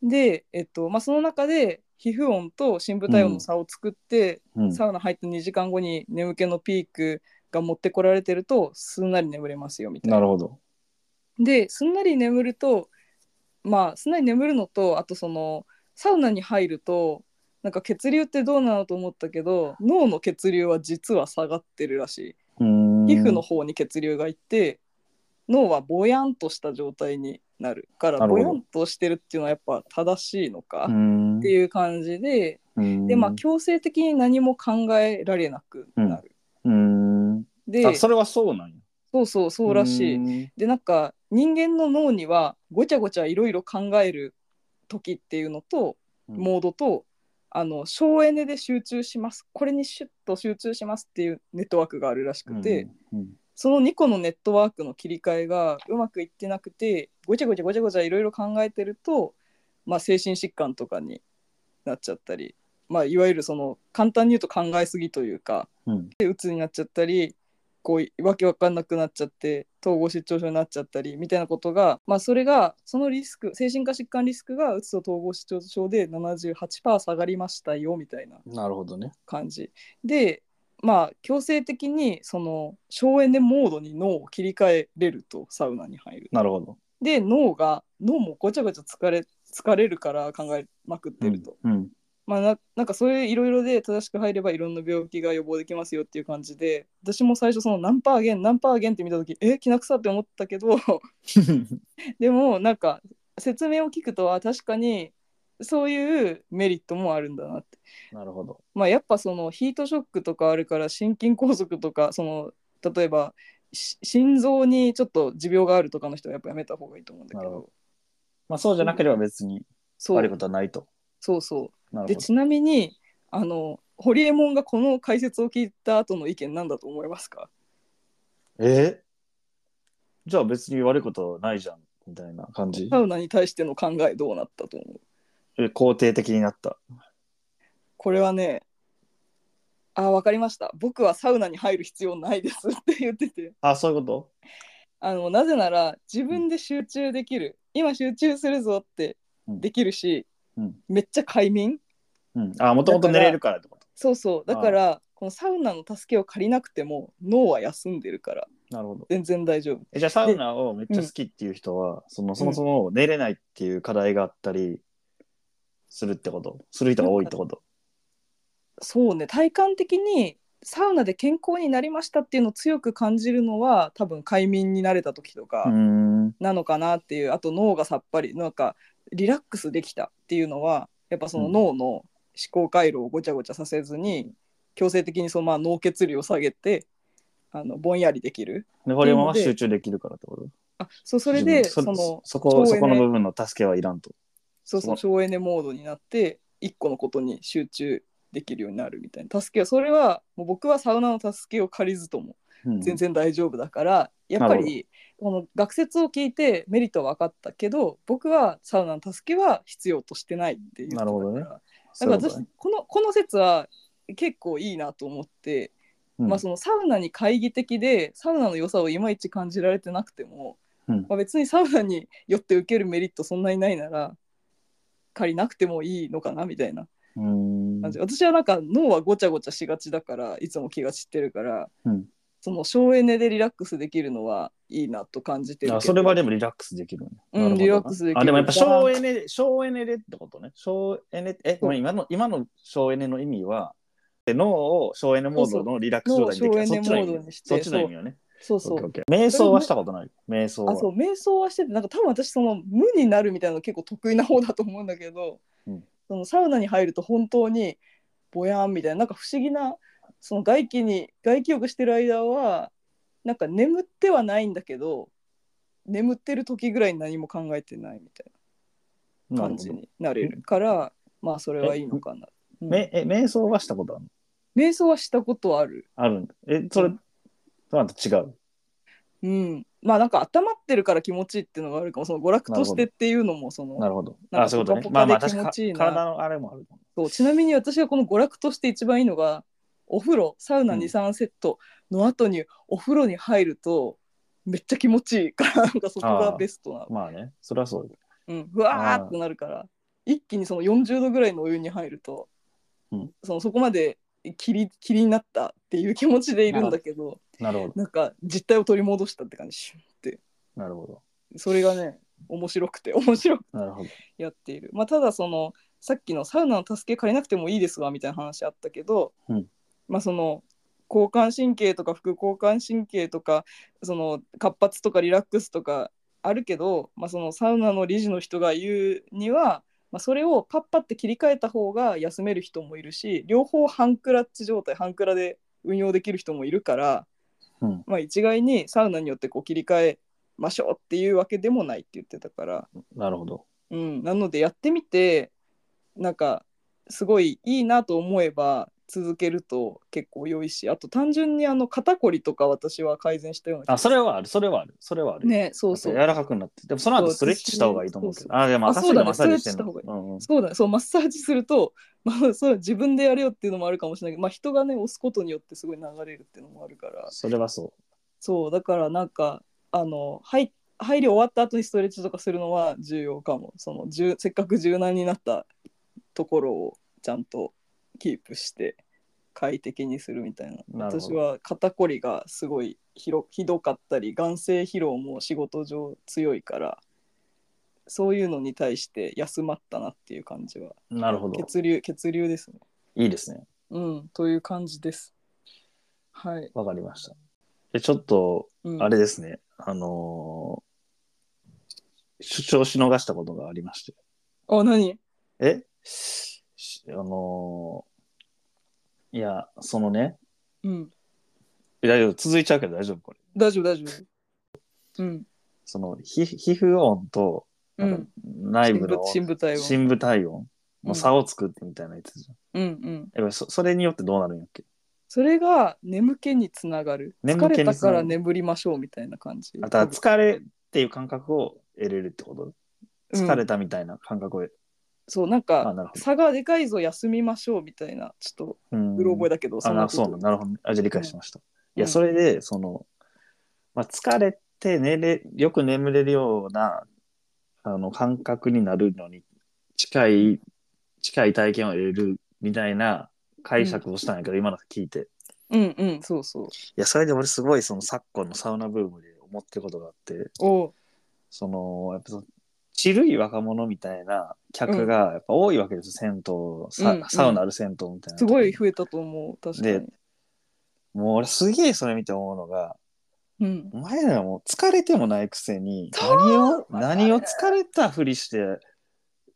A: で、えっとまあ、その中で皮膚温と深部体温の差を作って、
B: うん、
A: サウナ入った2時間後に眠気のピークが持ってこられてるとすんなり眠れますよみたいな
B: なるほど。
A: ですんなり眠るとまあすんなり眠るのとあとそのサウナに入るとなんか血流ってどうなのと思ったけど脳の血流は実は下がってるらし
B: うーん
A: い皮膚の方に血流がいって脳はぼやんとした状態になるから
B: なる
A: ぼ
B: ほど
A: やんとしてるっていうのはやっぱ正しいのか
B: うー
A: っ
B: ん
A: ていう感じででまあ強制的に何も考えられなくなる。
B: うーん
A: で
B: あそれはそうなんや。
A: そうそうそうらしい。
B: い。
A: でなんか人間の脳にはごちゃごちゃいろいろ考える時っていうのと
B: うん
A: モードと、あの省エネで集中しますこれにシュッと集中しますっていうネットワークがあるらしくて、
B: うんうん
A: その2個のネットワークの切り替えがうまくいってなくてごちゃごちゃごちゃごちゃいろいろ考えてると、まあ、精神疾患とかになっちゃったり、まあ、いわゆるその簡単に言うと考えすぎというか、
B: うん
A: で鬱になっちゃったりこうわけわかんなくなっちゃって統合失調症になっちゃったりみたいなことが、まあ、それがそのリスク精神科疾患リスクが鬱と統合失調症で78%下がりましたよみたいな
B: なるほどね。
A: 感じでまあ強制的にその省エネモードに脳を切り替えれるとサウナに入る
B: なるほど。
A: で脳が脳もごちゃごちゃ疲れ疲れるから考えまくってると、
B: うん。
A: まあ、ななんかそういういろいろで正しく入ればいろんな病気が予防できますよっていう感じで私も最初その何パーゲン何パーゲンって見た時えきな臭って思ったけど でもなんか説明を聞くとあ確かにそういうメリットもあるんだなって。
B: なるほど。
A: まあ、やっぱそのヒートショックとかあるから心筋梗塞とかその例えばし心臓にちょっと持病があるとかの人はやっぱやめた方がいいと思うんだけ
B: な
A: ど
B: るほまあそうじゃなければ別に
A: そ
B: 悪いうことはないと。
A: そうそ
B: な
A: う
B: る
A: で
B: ほど。
A: ちなみにあの堀エモ門がこの解説を聞いた後の意見なんだと思いますか
B: えじゃあ別に悪いことはないじゃんみたいな感じ
A: サ。ウナに対しての考えどうなったと思う
B: え肯定的になった。
A: これはねあわかりました僕はサウナに入る必要ないです って言ってて
B: あ、そういうこ
A: あのなぜなら自分で集中できる今集中するぞって
B: うん
A: できるし、
B: うん
A: めっちゃ快眠
B: とうん。あ、もともと寝れるからってこと。
A: そうそうだからこのサウナの助けを借りなくても脳は休んでるから
B: なるほど。
A: 全然大丈夫
B: えじゃあサウナをめっちゃ好きっていう人は、そのそもそも寝れないっていう課題があったりするってことする人が多いってこと
A: そうね体感的にサウナで健康になりましたっていうのを強く感じるのは多分快眠になれた時と
B: うー
A: か
B: ん。
A: なのかなっていう、あと脳がさっぱりなんかリラックスできたっていうのはやっぱその
B: うん
A: 脳の思考回路をごちゃごちゃさせずに、強制的にそのまあ脳血流を下げてあのぼんやりできる
B: で、これも
A: っていうので
B: 集中できるからってこと
A: あそうそれで
B: 自
A: そ
B: 分
A: の省
B: そそ
A: エ
B: こ、
A: ネ
B: そこの部分の助けはいらんと。
A: そうそう省エネモードになって一個のことに集中できるようになるみたいな助けはそれはもう僕はサウナの助けを借りずとも
B: うん
A: 全然大丈夫だから、やっぱりこの学説を聞いてメリットは分かったけど僕はサウナの助けは必要としてないっていう
B: なるほどね
A: だから
B: そ
A: だ
B: う
A: から
B: いうこと
A: 私
B: ね
A: このこの説は結構いいなと思って、
B: うん
A: まあ、そのサウナに懐疑的でサウナの良さをいまいち感じられてなくても、
B: うん
A: まあ、別にサウナによって受けるメリットそんなにないなら借りなくてもいいのかなみたいな
B: うーん
A: 感じ、私はなんか脳はごちゃごちゃしがちだからいつも気が散ってるから、
B: うん
A: その省エネでリラックスできるのはいいなと感じてるけど
B: あそれはでもリラックスできるね。
A: うん
B: なるほどな
A: リラックスできる
B: あ、でもやっぱ省エネ、省エネでってことね。省エネ、え、ごめん、今の、今の省エネの意味は、で脳を省エネモードのリラックス状態にできる。
A: そうそ
B: そ
A: う
B: っちの意
A: 省エネモード
B: 味
A: にして
B: そっちの意味よね。
A: そうそ
B: オッケーオ
A: う
B: ッケー瞑想はしたことない。瞑想は
A: あ。そう瞑想はしててなんか多分私その無になるみたいなの結構得意な方だと思うんだけど、
B: うん
A: そのサウナに入ると本当にぼやんみたいななんか不思議なその外気に外気浴してる間はなんか眠ってはないんだけど眠ってる時ぐらいに何も考えてないみたいな
B: なる
A: 感
B: ほ
A: じ
B: ど。
A: になれるからまあそれはいいのかな。うん
B: めえ、瞑想はしたことあるの
A: 瞑想はしたことある。
B: あるんだ。え、それ、
A: う
B: そうなんと違う。
A: うん、まあなんか頭ってるから気持ちいいっていうのがあるかもその娯楽としてっていうのもそ
B: な
A: の
B: るほど。
A: なん
B: あ、
A: か
B: そういうことね
A: ポ。カポカ
B: まあまあ、
A: で気
B: 確か
A: 持ちいいな
B: 体のあれもあるもん。
A: そうちなみに私はこの娯楽として一番いいのがお風呂サウナ
B: うん
A: 23セットの後にお風呂に入るとめっちゃ 気持ちいいからなんかそこがベストなの、
B: まあね、それはそうよ
A: うん、うわーってなるから一気にその40度ぐらいのお湯に入ると、
B: うん
A: そのそこまで霧霧になったっていう気持ちでいるんだけど
B: なるほど。
A: なんか実態を取り戻したって感じシュンって
B: なるほ
A: それがね面白くて面白く
B: ど。なるほど。
A: やっている、まあ、ただそのさっきのサウナの助け借りなくてもいいですわみたいな話あったけど、
B: うん
A: まあその交感神経とか副交感神経とかその活発とかリラックスとかあるけど、まあ、そのサウナの理事の人が言うには、まあ、それをパッパって切り替えた方が休める人もいるし両方半クラッチ状態半クラで運用できる人もいるから、
B: うん
A: まあ、一概にサウナによってこう切り替えましょうっていうわけでもないって言ってたから、
B: なるほど。
A: うん、なのでやってみてなんかすごいいいなと思えば続けると結構良いしあと単純にあの肩こりとか私は改善したような気が
B: あ、それはある。それはある。それはある。
A: ねそうそ
B: 柔
A: う
B: らかくなって。でもその後ストレッチした方がいいと思うけ
A: そう
B: ど。あ、でも
A: あ
B: 朝
A: そう
B: 日
A: だ
B: で
A: ね
B: マッサージしてん
A: スト
B: の
A: レッチし。
B: うんうん
A: そうだねそうマッサージすると、まあ、そう自分でやれよっていうのもあるかもしれないけど、まあ、人がね押すことによってすごい流れるっていうのもあるから
B: それはそ
A: そうだからなんかあの入入り終わった後にストレッチとかするのは重要かもその柔せっかく柔軟になったところをちゃんとキープして快適にするみたいな
B: なるほ
A: 私
B: ど
A: は肩こりがすごいひろひどかったり眼性疲労も仕事上強いからそういうのに対して休まったなっていう感じは
B: う。なるほど。
A: 血流血流ですね
B: いいですね。
A: うんという感じですはい、
B: わかりました。でちょっと、
A: うん、
B: あれですね。あのー、主張し逃したことがありまして。
A: あ何
B: えしあのーいや、そのね、
A: うん
B: 大丈夫、続いちゃうけど大丈夫、これ。
A: 大丈夫大丈夫。うん。
B: その、ひ皮膚音と、
A: う
B: なんか
A: ん。
B: 内部の
A: 深部体温。
B: 深部体温の差を作ってみたいなやつじゃ
A: う
B: ん。
A: んうん。
B: やっぱりそそれによってどうなるんやっけ
A: それが眠気につながる。
B: 眠気
A: 疲
B: につ
A: れ
B: ながる
A: たから眠りましょうみたいな感じ。
B: あとは疲れっていう感覚を得れるってこと
A: うん
B: 疲れたみたいな感覚を得
A: そうなん
B: あ
A: か
B: なるほど
A: 差がでかいぞ休みましょうみたいなちょっと
B: うん
A: うろ覚えだけど
B: あ
A: ん
B: なそう
A: こ
B: なん
A: と
B: なるほど、ね。あ、じゃあ理解しました。いや、
A: うん
B: それで、その、まあ、疲れて寝れ、よく眠れるような、あの、感覚になるのに、近い、近い体験を得れるみたいな解釈をしたんやけど、今の聞いて。い
A: うんうんそうそう。
B: や、それで俺すごい、その昨今のサウナブームで思ってることがあって、
A: おう
B: その、やっぱその、ちるい若者みたいな客がやっぱ多いわけですよ、銭湯、サ
A: うんうん
B: サウナある銭湯みたいな。
A: すごい増えたと思う確か
B: で
A: に。
B: もう俺すげえそれ見て思うのが、
A: うん。
B: お前らもう疲れてもないくせに
A: そう
B: 何を
A: わかる
B: 何を疲れたふりして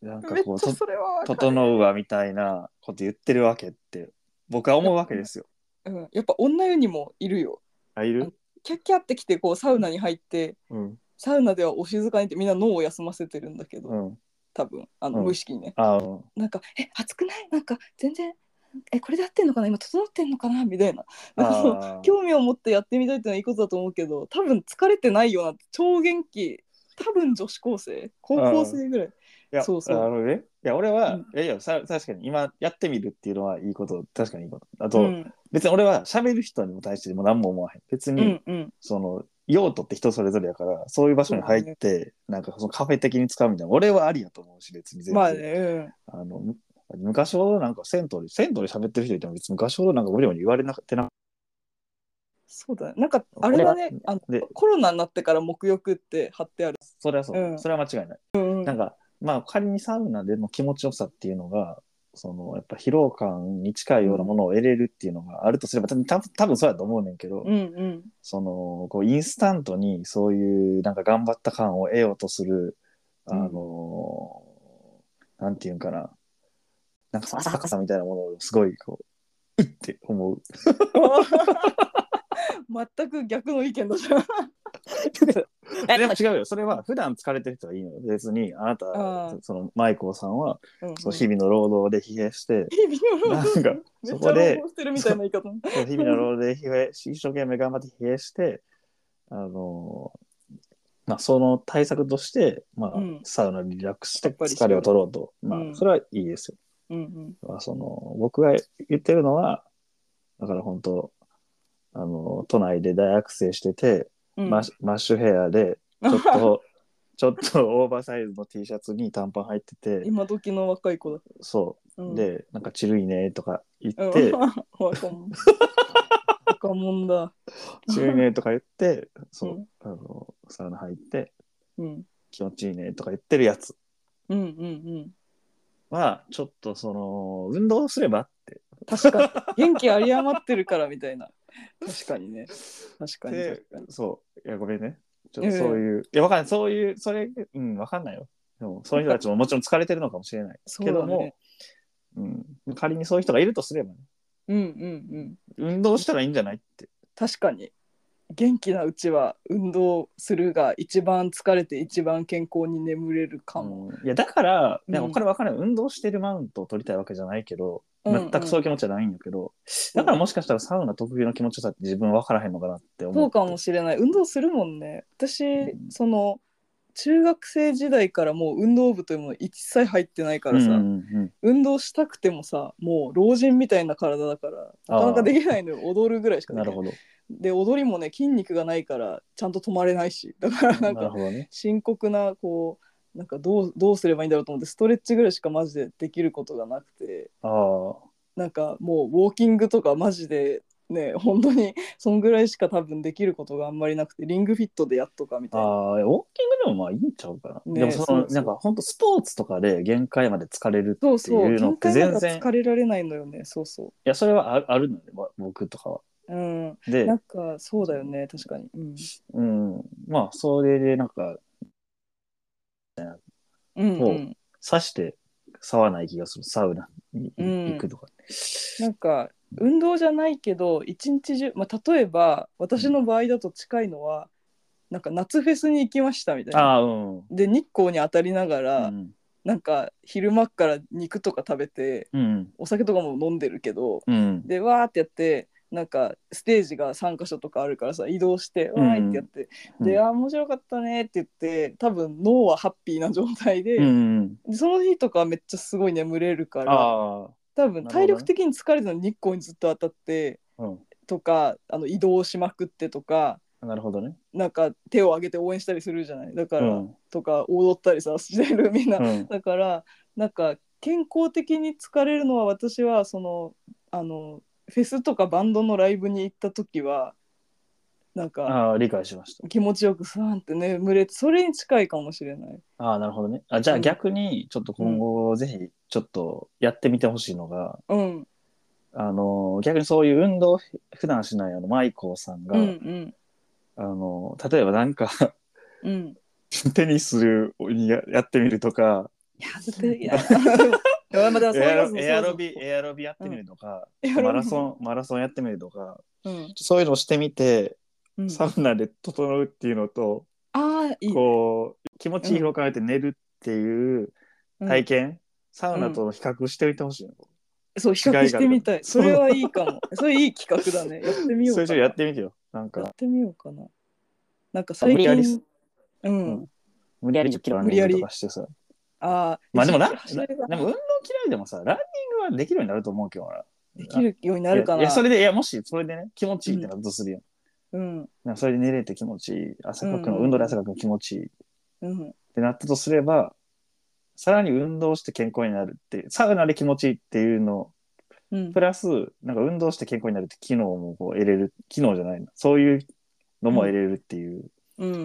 B: なん
A: め
B: か
A: っ
B: こう
A: ちゃ
B: と
A: それはわかる
B: 整うわみたいなこと言ってるわけって僕は思うわけですよ。
A: うん、やっぱ女湯にもいるよ。
B: あいる、
A: キャッキャってきてこうサウナに入って
B: うん
A: サウナではお静かにってみんな脳を休ませてるんだけど、
B: うん、
A: 多分あの、
B: うん
A: 無意識にね。
B: あうん
A: なんか「え暑くないなんか全然えこれで合ってんのかな今整ってんのかな」みたいななんかその
B: あ ー
A: 興味を持ってやってみたいっていうのはいいことだと思うけど多分疲れてないような超元気多分女子高生高校生ぐらい
B: いや
A: そうそう
B: あのねいや俺は、
A: うん
B: いやいやさ確かに今やってみるっていうのはいいこと確かにいいことあ
A: う
B: と、
A: ん
B: 別に俺は喋る人にも対しても何も思わへん別
A: う
B: に、
A: んうん
B: その用途って人それぞれやからそういう場所に入って、なんかそのカフェ的に使うみたいな俺はありやと思うし別に全然。
A: まあねうん
B: あの、む昔ほどなんか銭湯で、銭湯で喋ってる人いても別に昔ほどなんか無理に言われなくてな
A: そうだねなんかあれだねあの
B: で、
A: コロナになってから沐浴って貼ってある
B: それはそう、
A: うん
B: それは間違いない。
A: うんうん
B: なんか、まあ仮にサウナでの気持ちよさっていうのが、そのやっぱ疲労感に近いようなものを得れるっていうのがあるとすれば、た多分多分そうやと思うねんけど、
A: うんうん
B: そのこうインスタントにそういうなんか頑張った感を得ようとするあのーなんていうんかななんかその浅はかさみたいなものをすごいこううって思う
A: 全く逆の意見だじゃん
B: え でも違うよそれは普段疲れてる人はいいのよ別にあなた
A: あー
B: そそのマイコーさんは
A: うんうん
B: その日々の労働で疲 弊して
A: 日々の
B: なんか
A: めっ
B: そ
A: ちゃ
B: こで
A: 労働してるみたいな言い方
B: そう日々の労働で疲弊し一生懸命頑張って疲弊して、あのーまあ、その対策として、まあ
A: うん
B: サウナリラックスして
A: っぱり
B: 疲れを取ろうと、ま
A: う
B: あ、
A: ん
B: それはいいですよ。
A: うんうん
B: まあ、その僕が言ってるのはだから本当あの都内で大学生してて、
A: うん
B: マッシュマッシュヘアでちょっとちょっとオーバーサイズの T シャツに短パン入ってて、
A: 今時の若い子だ。
B: そうう。
A: ん、
B: で、なんか、ちるいねとか言
A: うん、
B: って、
A: 若 者。若者だ。、
B: ちるいねとか言って、そううんあの、サウナ入って、
A: うん。
B: 気持ちいいねとか言ってるやつ
A: うんうんうん。
B: は、ちょっとその、運動すればって
A: 確かに。元気有り余ってるからみたい な。確かにね。確かに
B: で
A: 確かに。
B: そう。いや、ごめんね。ちょっとそういう、いや、わかんない。そういう、それ、うん、わかんないよ。でも、そういう人たちももちろん疲れてるのかもしれない。
A: そう
B: け
A: だね
B: ども、うん、仮にそういう人がいるとすればね、
A: うんうんうん。
B: 運動したらいいんじゃないって。
A: 確かに。元気なうちは運動するが一番疲れて一番健康に眠れるかも。
B: うんいや、だから、
A: うん
B: いやこれわかんない。運動してるマウントを取りたいわけじゃないけど、全くそういう気持ちはないんだけど、だからもしかしたらサウナ特有の気持ちよさって自分わからへんのかなって思う。
A: そうかもしれない運動するもんね私、その中学生時代からもう運動部というもの一切入ってないからさ、
B: うんうんうん
A: 運動したくてもさもう老人みたいな体だからなかなかできないのよ踊るぐらいしかで
B: な
A: き
B: る
A: ない
B: ほど。
A: で踊りもね筋肉がないからちゃんと止まれないしだから
B: な
A: なん
B: る
A: か
B: ほどね。
A: 深刻なこうなんかどうどうすればいいんだろうと思ってストレッチぐらいしかマジでできることがなくて
B: ああ。
A: なんかもうウォーキングとかマジでね本当にそんぐらいしか多分できることがあんまりなくてリングフィットでやっとかみたいな
B: ああ、ウォーキングでもまあいいんちゃうかな。
A: ね
B: でもその
A: そうそう
B: なんか本当スポーツとかで限界まで疲れるって
A: そうそう
B: いうのっ
A: 限
B: て
A: 界なんか
B: 全然、い
A: 疲れられないのよねそうそ
B: や、それはあるあるので、わ僕とかは。
A: ううん
B: で
A: な、んかそうだよね確かに、うん、
B: うん、まあ、それでなんか、
A: うん
B: そう
A: うん
B: 刺して、差はない気がする。サウナに
A: うん
B: 行くとか。
A: なんか運動じゃないけど一日中、まあ、例えば私の場合だと近いのはなんか夏フェスに行きましたみたいな
B: ああ、うん。うん
A: で日光に当たりなが
B: う
A: ら、
B: ん。
A: なんか昼間から肉とか食べて
B: うん。
A: お酒とかも飲んでるけど、
B: うん。
A: でわーってやってなんかステージが3か所とかあるからさ移動して
B: うん
A: わーいってやって、
B: うん
A: であー面白かったねって言って多分脳はハッピーな状態で,
B: う
A: で、
B: ん、
A: その日とかはめっちゃすごい眠れるから
B: あ
A: 多
B: なるほど
A: 分
B: ね
A: 体力的に疲れてたのに日光にずっと当たって
B: あ、う
A: とかあの移動しまくってとか
B: ん。なるほどね。
A: なんか手を挙げて応援したりするじゃないだ
B: う
A: から、
B: ん。
A: とか踊ったりさしてるみんな
B: うん。
A: だからなんか健康的に疲れるのは私はそのあのフェスとかバンドのライブに行った時はなんか
B: ああ、理解しました。
A: 気持ちよくスワンって眠れてそれに近いかもしれない。
B: ああ、なるほどね。あじゃ
A: う
B: あ
A: ん
B: 逆に、ちょっと今後、ぜひ、ちょっとやってみてほしいのが、
A: うん、
B: あの逆にそういう運動をふ普段しないあのマイコーさんが、
A: うんうん
B: あの例えばなんか
A: うん
B: テニスをややってみるとか
A: いや絶対いや でもいやまあでもそう
B: エ
A: いう
B: ア
A: の
B: ロ
A: も
B: エアロ
A: そう
B: ビエアロビやってみるとか、
A: エアロビ
B: マラソンマラソンやってみるとか
A: そううん
B: そういうのをしてみて、
A: うん
B: サウナで整うっていうのと
A: ああいい、
B: こう気持ちいい日を変えて寝るっていう
A: うん
B: 体験、サウナとの比較してみてほしいの、
A: そう比較してみたい
B: 違いがあるから
A: それはいいかもそれいい企画だねやってみよう
B: そ
A: かな
B: れちょっとやってみてよなん
A: や
B: か
A: ってみようかななんか
B: あ
A: 最
B: 無理やり
A: 近うん
B: 無理やり10キロラン
A: 無理
B: ニ
A: や
B: ン
A: り
B: グとかしてさ
A: ああ、
B: まあでもな、な
A: 走れ
B: で
A: ば
B: も運動嫌いでもさ、ランニングはできるようになると思うけどな。
A: できるようになるか
B: い
A: な。
B: や、いやそれで、いや、もしそれでね、気持ちいいってなるとするよ。
A: うん、
B: なんかそれで寝れて気持ちいい、汗かく
A: うん
B: の、
A: うん
B: 運動で汗かくの気持ちいいっ
A: うん、
B: てなったとすれば、さらに運動して健康になるって、サウナで気持ちいいっていうの、
A: うん
B: プ。ラス、なんか運動して健康になるって機能もこう得れる、機能じゃないな、そういうのも得れるっていう、
A: うんうんうんう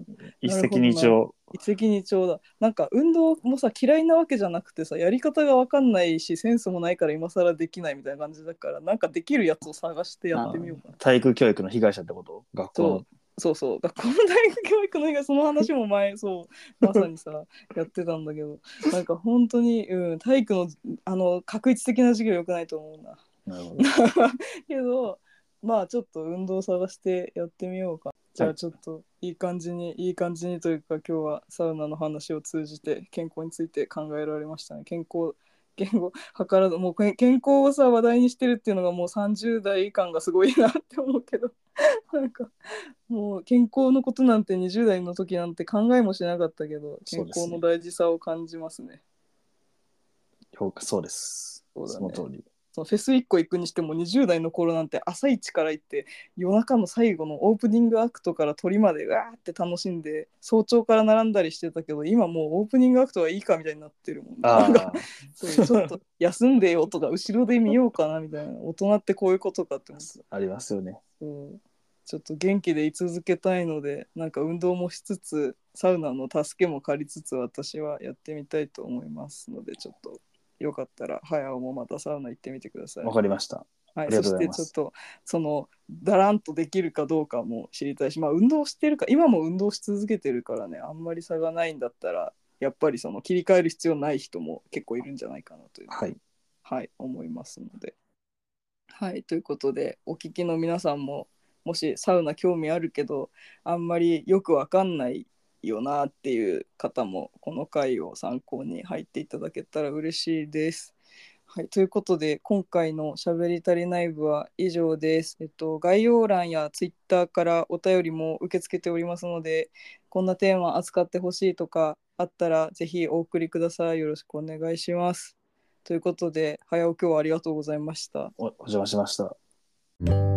A: ん
B: 一石二鳥。
A: 一石二鳥だなんか運動もさ嫌いなわけじゃなくてさやり方が分かんないしセンスもないから今更できないみたいな感じだからなんかできるやつを探してやってみようかな
B: 体育教育の被害者ってこと学校の
A: そそうそう学校の大学教育の以外その話も前 そうまさにさやってたんだけどなんか本当にうん体育のあの確一的な授業良くないと思うな
B: なるほど。
A: けどまあちょっと運動探してやってみようかじゃ
B: は
A: あ
B: い
A: ちょっといい感じに、い、い感じにというか今日はサウナの話を通じて健康について考えられましたね健康健康図らずもうけん健康をさ話題にしてるっていうのがもう30代感がすごいなって思うけど なんかもう健康のことなんて20代の時なんて考えもしなかったけど
B: そ
A: 健
B: うですね
A: 康の大事さを感じますね
B: 評価そうです。
A: そうだね
B: の通り。
A: そのフェス1個行くにしても20代の頃なんて朝一から行って夜中の最後のオープニングアクトから鳥までうわーって楽しんで早朝から並んだりしてたけど今もうオープニングアクトはいいかみたいになってるもんね
B: あ
A: なんか
B: あ、
A: そうちょっと休んでよとか後ろで見ようかなみたいな大人ってこういうことかって思って
B: ありますよね。
A: そうちょっと元気で居続けたいのでなんか運動もしつつサウナの助けも借りつつ私はやってみたいと思いますのでちょっとよかったら早尾もまたサウナ行ってみてください。
B: わかりました。
A: は
B: あ
A: い、
B: り
A: そ
B: がと
A: し
B: うござ
A: て
B: いま
A: ち
B: す
A: ょっとそのだらんとできるかどうかも知りたいし、まあ、運動してるか今も運動し続けてるからねあんまり差がないんだったらやっぱりその切り替える必要ない人も結構いるんじゃないかなという
B: はい。
A: はい、思いますので。はい、ということでお聞きの皆さんももしサウナ興味あるけどあんまりよくわかんないよなっていう方もこの回を参考に入っていただけたら嬉しいです。はい、ということで今回の「しゃべり足りない部」は以上です。えっと、概要欄や Twitter からお便りも受け付けておりますのでこんなテーマ扱ってほしいとかあったらぜひお送りください。よろしくお願いします。ということで、早尾今日はありがとうございました。
B: おお邪魔しました。